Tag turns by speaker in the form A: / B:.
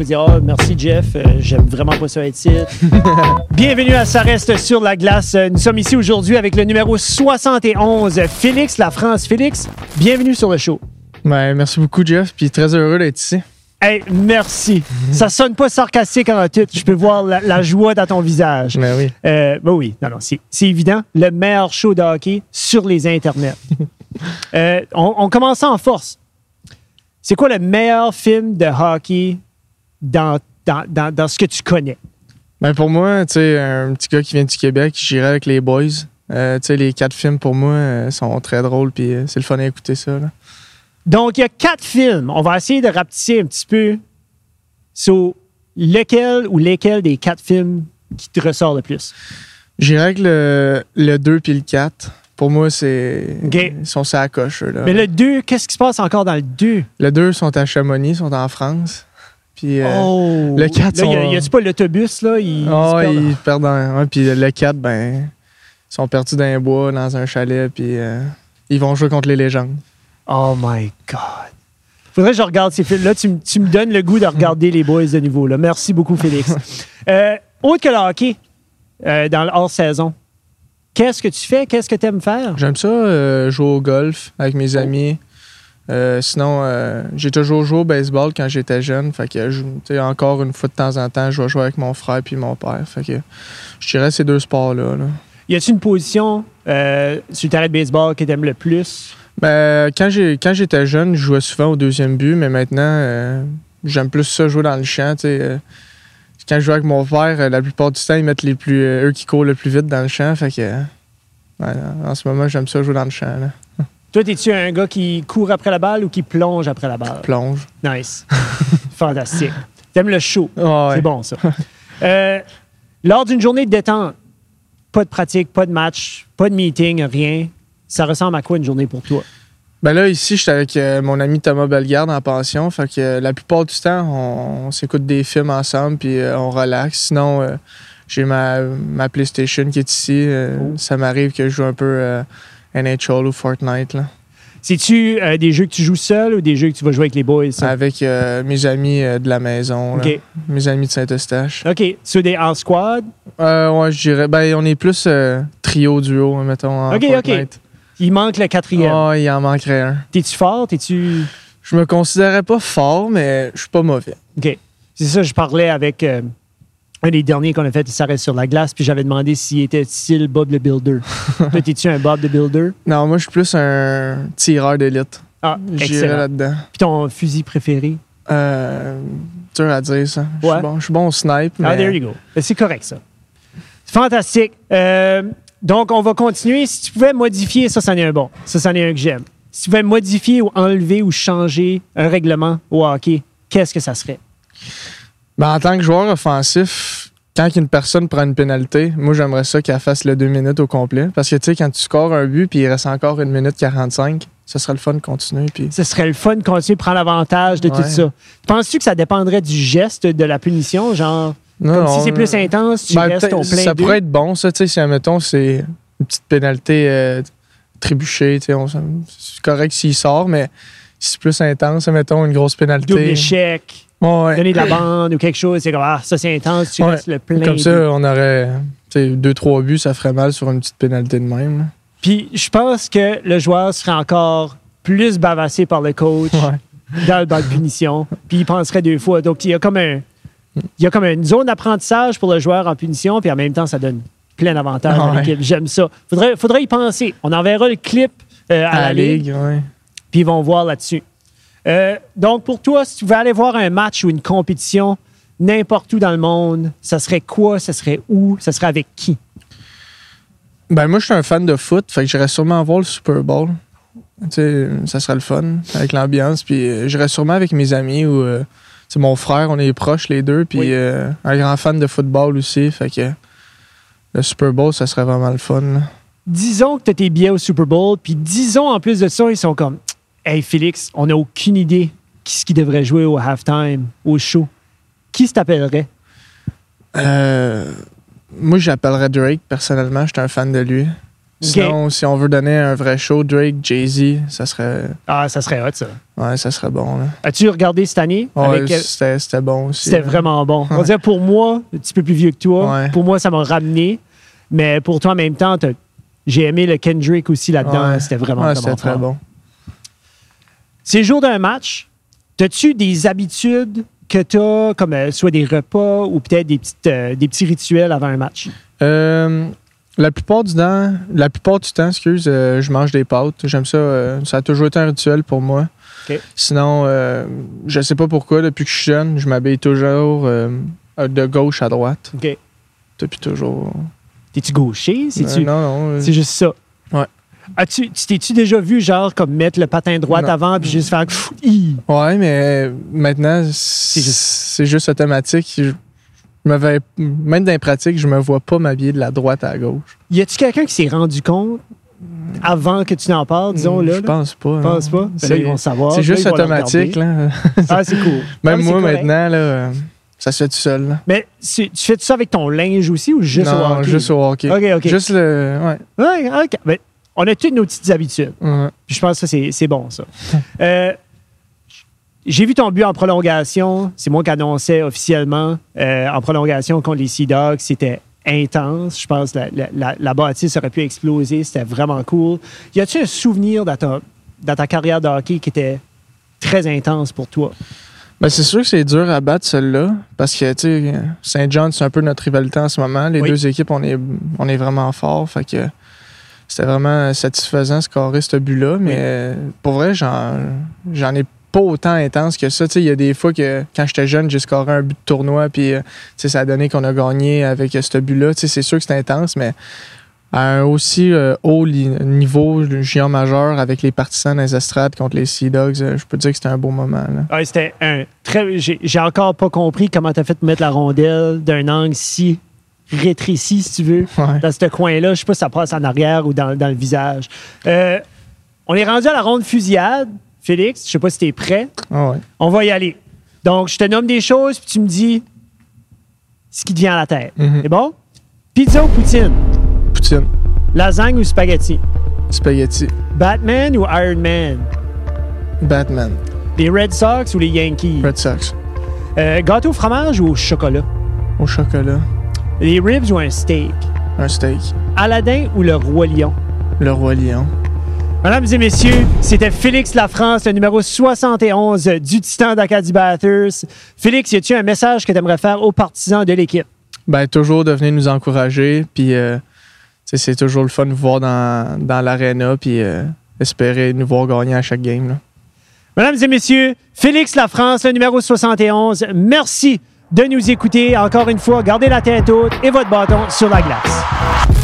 A: dire Ah, merci Jeff, euh, j'aime vraiment pas ça être ici. Bienvenue à Ça reste sur la glace. Euh, Nous sommes ici aujourd'hui avec le numéro 71, Félix, la France. Félix, bienvenue sur le show.
B: Ben, merci beaucoup, Jeff. Puis très heureux d'être ici.
A: Hey, merci. Ça sonne pas sarcastique en titre. Je peux voir la, la joie dans ton visage.
B: Ben oui.
A: Euh, ben oui, non, non, c'est c'est évident. Le meilleur show de hockey sur les internets. Euh, on, on commence en force. C'est quoi le meilleur film de hockey dans, dans, dans, dans ce que tu connais?
B: Ben, pour moi, tu sais, un petit gars qui vient du Québec, j'irai avec les boys. Euh, tu sais, les quatre films pour moi euh, sont très drôles, puis euh, c'est le fun à écouter ça. là.
A: Donc, il y a quatre films. On va essayer de rapetisser un petit peu sur lequel ou lesquels des quatre films qui te ressort le plus.
B: J'irai avec le, le 2 puis le 4. Pour moi, c'est.
A: Ok.
B: Ils sont sur la coche, eux, là.
A: Mais le 2, qu'est-ce qui se passe encore dans le 2?
B: Le 2 sont à Chamonix, sont en France. Puis euh,
A: oh!
B: le quatre,
A: Là, y a-
B: on-
A: y a-tu pas l'autobus, là? Il, il
B: ah,
A: se perd-
B: ils perdent un. ouais, puis le 4, ben, ils sont perdus dans un bois, dans un chalet, puis euh, ils vont jouer contre les légendes.
A: Oh my God. Faudrait que je regarde ces films. Là, tu, m- tu me donnes le goût de regarder les boys de niveau. Là. Merci beaucoup, Félix. Euh, autre que le hockey, euh, dans le hors-saison, qu'est-ce que tu fais? Qu'est-ce que tu aimes faire?
B: J'aime ça, euh, jouer au golf avec mes amis. Euh, sinon, euh, j'ai toujours joué au baseball quand j'étais jeune. Fait que, je- tu sais, encore une fois de temps en temps, je vais jouer avec mon frère puis mon père. Fait que, je dirais ces deux sports-là. là.
A: Y a-tu une position euh, sur le terrain de baseball que tu aimes le plus?
B: Ben, quand j'ai quand j'étais jeune, je jouais souvent au deuxième but, mais maintenant, euh, j'aime plus ça jouer dans le champ. tu sais, euh, quand je joue avec mon frère, euh, la plupart du temps, ils mettent les plus euh, eux qui courent le plus vite dans le champ. Fait que, euh, ouais, en ce moment, j'aime ça jouer dans le champ. Là.
A: Toi, es-tu un gars qui court après la balle ou qui plonge après la balle?
B: Plonge.
A: Nice. Fantastique. T'aimes le show.
B: Ah ouais.
A: C'est bon, ça. Euh, lors d'une journée de détente, pas de pratique, pas de match, pas de meeting, rien. Ça ressemble à quoi une journée pour toi?
B: Ben là, ici, j'étais avec euh, mon ami Thomas Bellegarde en pension. Fait que euh, la plupart du temps, on, on s'écoute des films ensemble puis euh, on relaxe. Sinon, euh, j'ai ma, ma PlayStation qui est ici. euh,
A: Oh.
B: Ça m'arrive que je joue un peu euh, NHL ou Fortnite là,
A: C'est-tu euh, des jeux que tu joues seul ou des jeux que tu vas jouer avec les boys? ça?
B: avec euh, mes amis euh, de la maison, là,
A: OK.
B: mes amis de Saint-Eustache.
A: OK. Tu des en squad?
B: Euh, ouais, je dirais, ben on est plus euh, trio, duo, hein, mettons, en
A: OK, euh, OK.
B: Fortnite.
A: Il manque le quatrième.
B: Ah, il en manquerait un.
A: T'es-tu fort? T'es-tu.
B: Je me considérais pas fort, mais je suis pas mauvais.
A: OK. C'est ça, je parlais avec euh, un des derniers qu'on a fait, il s'arrête sur la glace, puis j'avais demandé s'il était style Bob le Builder. Toi, t'es-tu un Bob le Builder?
B: Non, moi, je suis plus un tireur d'élite.
A: Ah,
B: J'irais
A: excellent.
B: là-dedans.
A: Puis ton fusil préféré?
B: Euh, dur à dire, ça. Je
A: Ouais.
B: suis bon, je suis bon au snipe, mais
A: Ah, there you go. Ben, C'est correct, ça. Fantastique. Euh, donc, on va continuer. Si tu pouvais modifier, ça, c'en est un bon. Ça, c'en est un que j'aime. Si tu pouvais modifier ou enlever ou changer un règlement au hockey, qu'est-ce que ça serait?
B: Ben, en tant que joueur offensif, quand une personne prend une pénalité, moi, j'aimerais ça qu'elle fasse le 2 minutes au complet. Parce que, tu sais, quand tu scores un but puis il reste encore 1 minute 45, ce serait le fun de continuer. Puis...
A: Ce serait le fun de continuer de prendre l'avantage de tout
B: Ouais.
A: ça. Penses-tu que ça dépendrait du geste de la punition? Genre,
B: Non,
A: comme
B: non,
A: si c'est
B: euh,
A: plus intense, tu
B: ben,
A: restes au
B: peut-être-
A: plein
B: Ça
A: deux.
B: pourrait être bon, ça, tu sais, si, admettons, c'est une petite pénalité euh, trébuchée, tu sais, on- c'est correct s'il sort, mais si c'est plus intense, admettons, une grosse pénalité.
A: double échec,
B: Ouais.
A: donner de la bande ou quelque chose. C'est comme, ah, ça, c'est intense, tu
B: ben, Ouais.
A: restes le plein
B: Comme
A: deux.
B: ça, on aurait tu sais, deux, trois buts, ça ferait mal sur une petite pénalité de même. là.
A: Puis je pense que le joueur serait encore plus bavassé par le coach dans le banc de punition. Puis il penserait deux fois. Donc il y a comme un, il y a comme une zone d'apprentissage pour le joueur en punition. Puis en même temps, ça donne plein d'avantages à
B: Ouais.
A: l'équipe. J'aime ça. Faudrait, faudrait y penser. On enverra le clip euh, à,
B: À
A: la ligue.
B: ouais.
A: Puis ils vont voir là-dessus. Euh, donc pour toi, si tu veux aller voir un match ou une compétition n'importe où dans le monde, ça serait quoi? Ça serait où? Ça serait avec qui?
B: Ben, moi, je suis un fan de foot, fait que j'irais sûrement voir le Super Bowl. Tu sais, ça serait le fun avec l'ambiance. Puis euh, j'irais sûrement avec mes amis ou euh, tu sais, mon frère, on est proches les deux. Puis
A: Oui.
B: euh, un grand fan de football aussi, fait que le Super Bowl, ça serait vraiment le fun. là.
A: disons que tu as tes billets au Super Bowl, puis disons en plus de ça, ils sont comme Hey Félix, on n'a aucune idée qui ce qui devrait jouer au halftime, au show. Qui se t'appellerait?
B: Euh, moi, j'appellerais Drake personnellement, je suis un fan de lui. Sinon, si on veut donner un vrai show, Drake, Jay-Z, ça serait,
A: Ah, ça serait hot, ça.
B: ouais, ça serait bon. là.
A: As-tu regardé cette année?
B: Ouais,
A: avec-
B: c'était c'était bon aussi.
A: C'était
B: là.
A: vraiment bon. On dirait pour moi, un petit peu plus vieux que toi,
B: Ouais.
A: pour moi, ça m'a ramené. Mais pour toi, en même temps, t'as- j'ai aimé le Kendrick aussi là-dedans.
B: Ouais.
A: hein, C'était vraiment,
B: Ouais,
A: vraiment
B: c'était très
A: fort.
B: bon.
A: Ces jours d'un match, as-tu des habitudes que tu as, comme euh, soit des repas ou peut-être des, petites, euh, des petits rituels avant un match?
B: Euh, la plupart du temps, la plupart du temps, excuse, euh, je mange des pâtes. J'aime ça. euh, ça a toujours été un rituel pour moi.
A: Ok.
B: Sinon, euh, je sais pas pourquoi, depuis que je suis jeune, je m'habille toujours euh, de gauche à droite.
A: OK.
B: Depuis toujours.
A: T'es-tu gaucher?
B: Euh,
A: C'est-tu-
B: non, non. euh,
A: C'est juste ça.
B: Ouais.
A: As-tu, tu t'es-tu déjà vu, genre, comme mettre le patin droit
B: Non.
A: avant puis juste faire pfff, hi?
B: Ouais, mais maintenant, c'est
A: juste-
B: c'est juste automatique. Je me vais- même dans les pratiques, je me vois pas m'habiller de la droite à la gauche.
A: Y a-tu quelqu'un qui s'est rendu compte avant que tu n'en parles, disons, là?
B: Hmm, je
A: là?
B: pense pas.
A: Je
B: non.
A: pense pas. Mais Hein? Ben là,
B: C'est
A: ils vont savoir.
B: c'est
A: Là,
B: juste
A: ils vont le
B: automatique.
A: regarder.
B: Là.
A: Ah, c'est cool. Ah,
B: Même
A: mais
B: moi,
A: c'est correct.
B: maintenant, là, euh, ça se fait tout seul. là.
A: Mais c'est- tu fais tout ça avec ton linge aussi ou juste
B: non,
A: au hockey?
B: juste au hockey.
A: OK, OK.
B: Juste le. Ouais.
A: Ouais, OK. Mais on a toutes nos petites habitudes.
B: ouais.
A: Puis je pense que ça, c'est- c'est bon, ça. Euh, J'ai vu ton but en prolongation. C'est moi qui annonçais officiellement euh, en prolongation contre les Sea Dogs. C'était intense. Je pense que la, la- la- la bâtisse aurait pu exploser. C'était vraiment cool. Y a-tu un souvenir dans ta, dans ta carrière de hockey qui était très intense pour toi?
B: Ben, c'est sûr que c'est dur à battre celle-là parce que tu sais, Saint John c'est un peu notre rivalité en ce moment. Les
A: Oui.
B: deux équipes on est on est vraiment fort, fait que c'était vraiment satisfaisant de scorer ce but là, mais euh, pour vrai j'en j'en ai pas autant intense que ça. Tu sais, il y a des fois que quand j'étais jeune j'ai scoré un but de tournoi puis euh, tu sais, ça a donné qu'on a gagné avec euh, ce but là. Tu sais, c'est sûr que c'est intense, mais à un aussi euh, haut li- niveau géant majeur avec les partisans des estrades contre les Sea Dogs, euh, je peux dire que c'était un beau moment. là.
A: Ouais, c'était un très. J'ai j'ai encore pas compris comment t'as fait de mettre la rondelle d'un angle si rétréci, si tu veux,
B: Ouais.
A: dans ce coin-là. Je sais pas si ça passe en arrière ou dans, dans le visage. Euh, on est rendu à la ronde fusillade, Félix. Je sais pas si t'es prêt.
B: Ah ouais.
A: On va y aller. Donc, je te nomme des choses, puis tu me dis ce qui te vient à la tête.
B: Mhm.
A: C'est bon? Pizza ou poutine?
B: Poutine,
A: Lasagne ou spaghetti?
B: spaghetti,
A: Batman ou Iron Man?
B: Batman,
A: Les Red Sox ou les Yankees?
B: Red Sox,
A: Euh, gâteau au fromage ou au chocolat?
B: au chocolat,
A: Les ribs ou un steak?
B: un steak,
A: Aladdin ou le Roi Lion?
B: le roi lion.
A: Mesdames et messieurs, c'était Félix Lafrance, le numéro 71 du Titan d'Acadie Bathurst. Félix, y a-tu un message que tu aimerais faire aux partisans de l'équipe?
B: Ben toujours de venir nous encourager, puis euh, tu sais, c'est toujours le fun de vous voir dans, dans l'aréna, puis euh, espérer nous voir gagner à chaque game. là.
A: Mesdames et messieurs, Félix Lafrance, le numéro 71, merci de nous écouter. Encore une fois, gardez la tête haute et votre bâton sur la glace.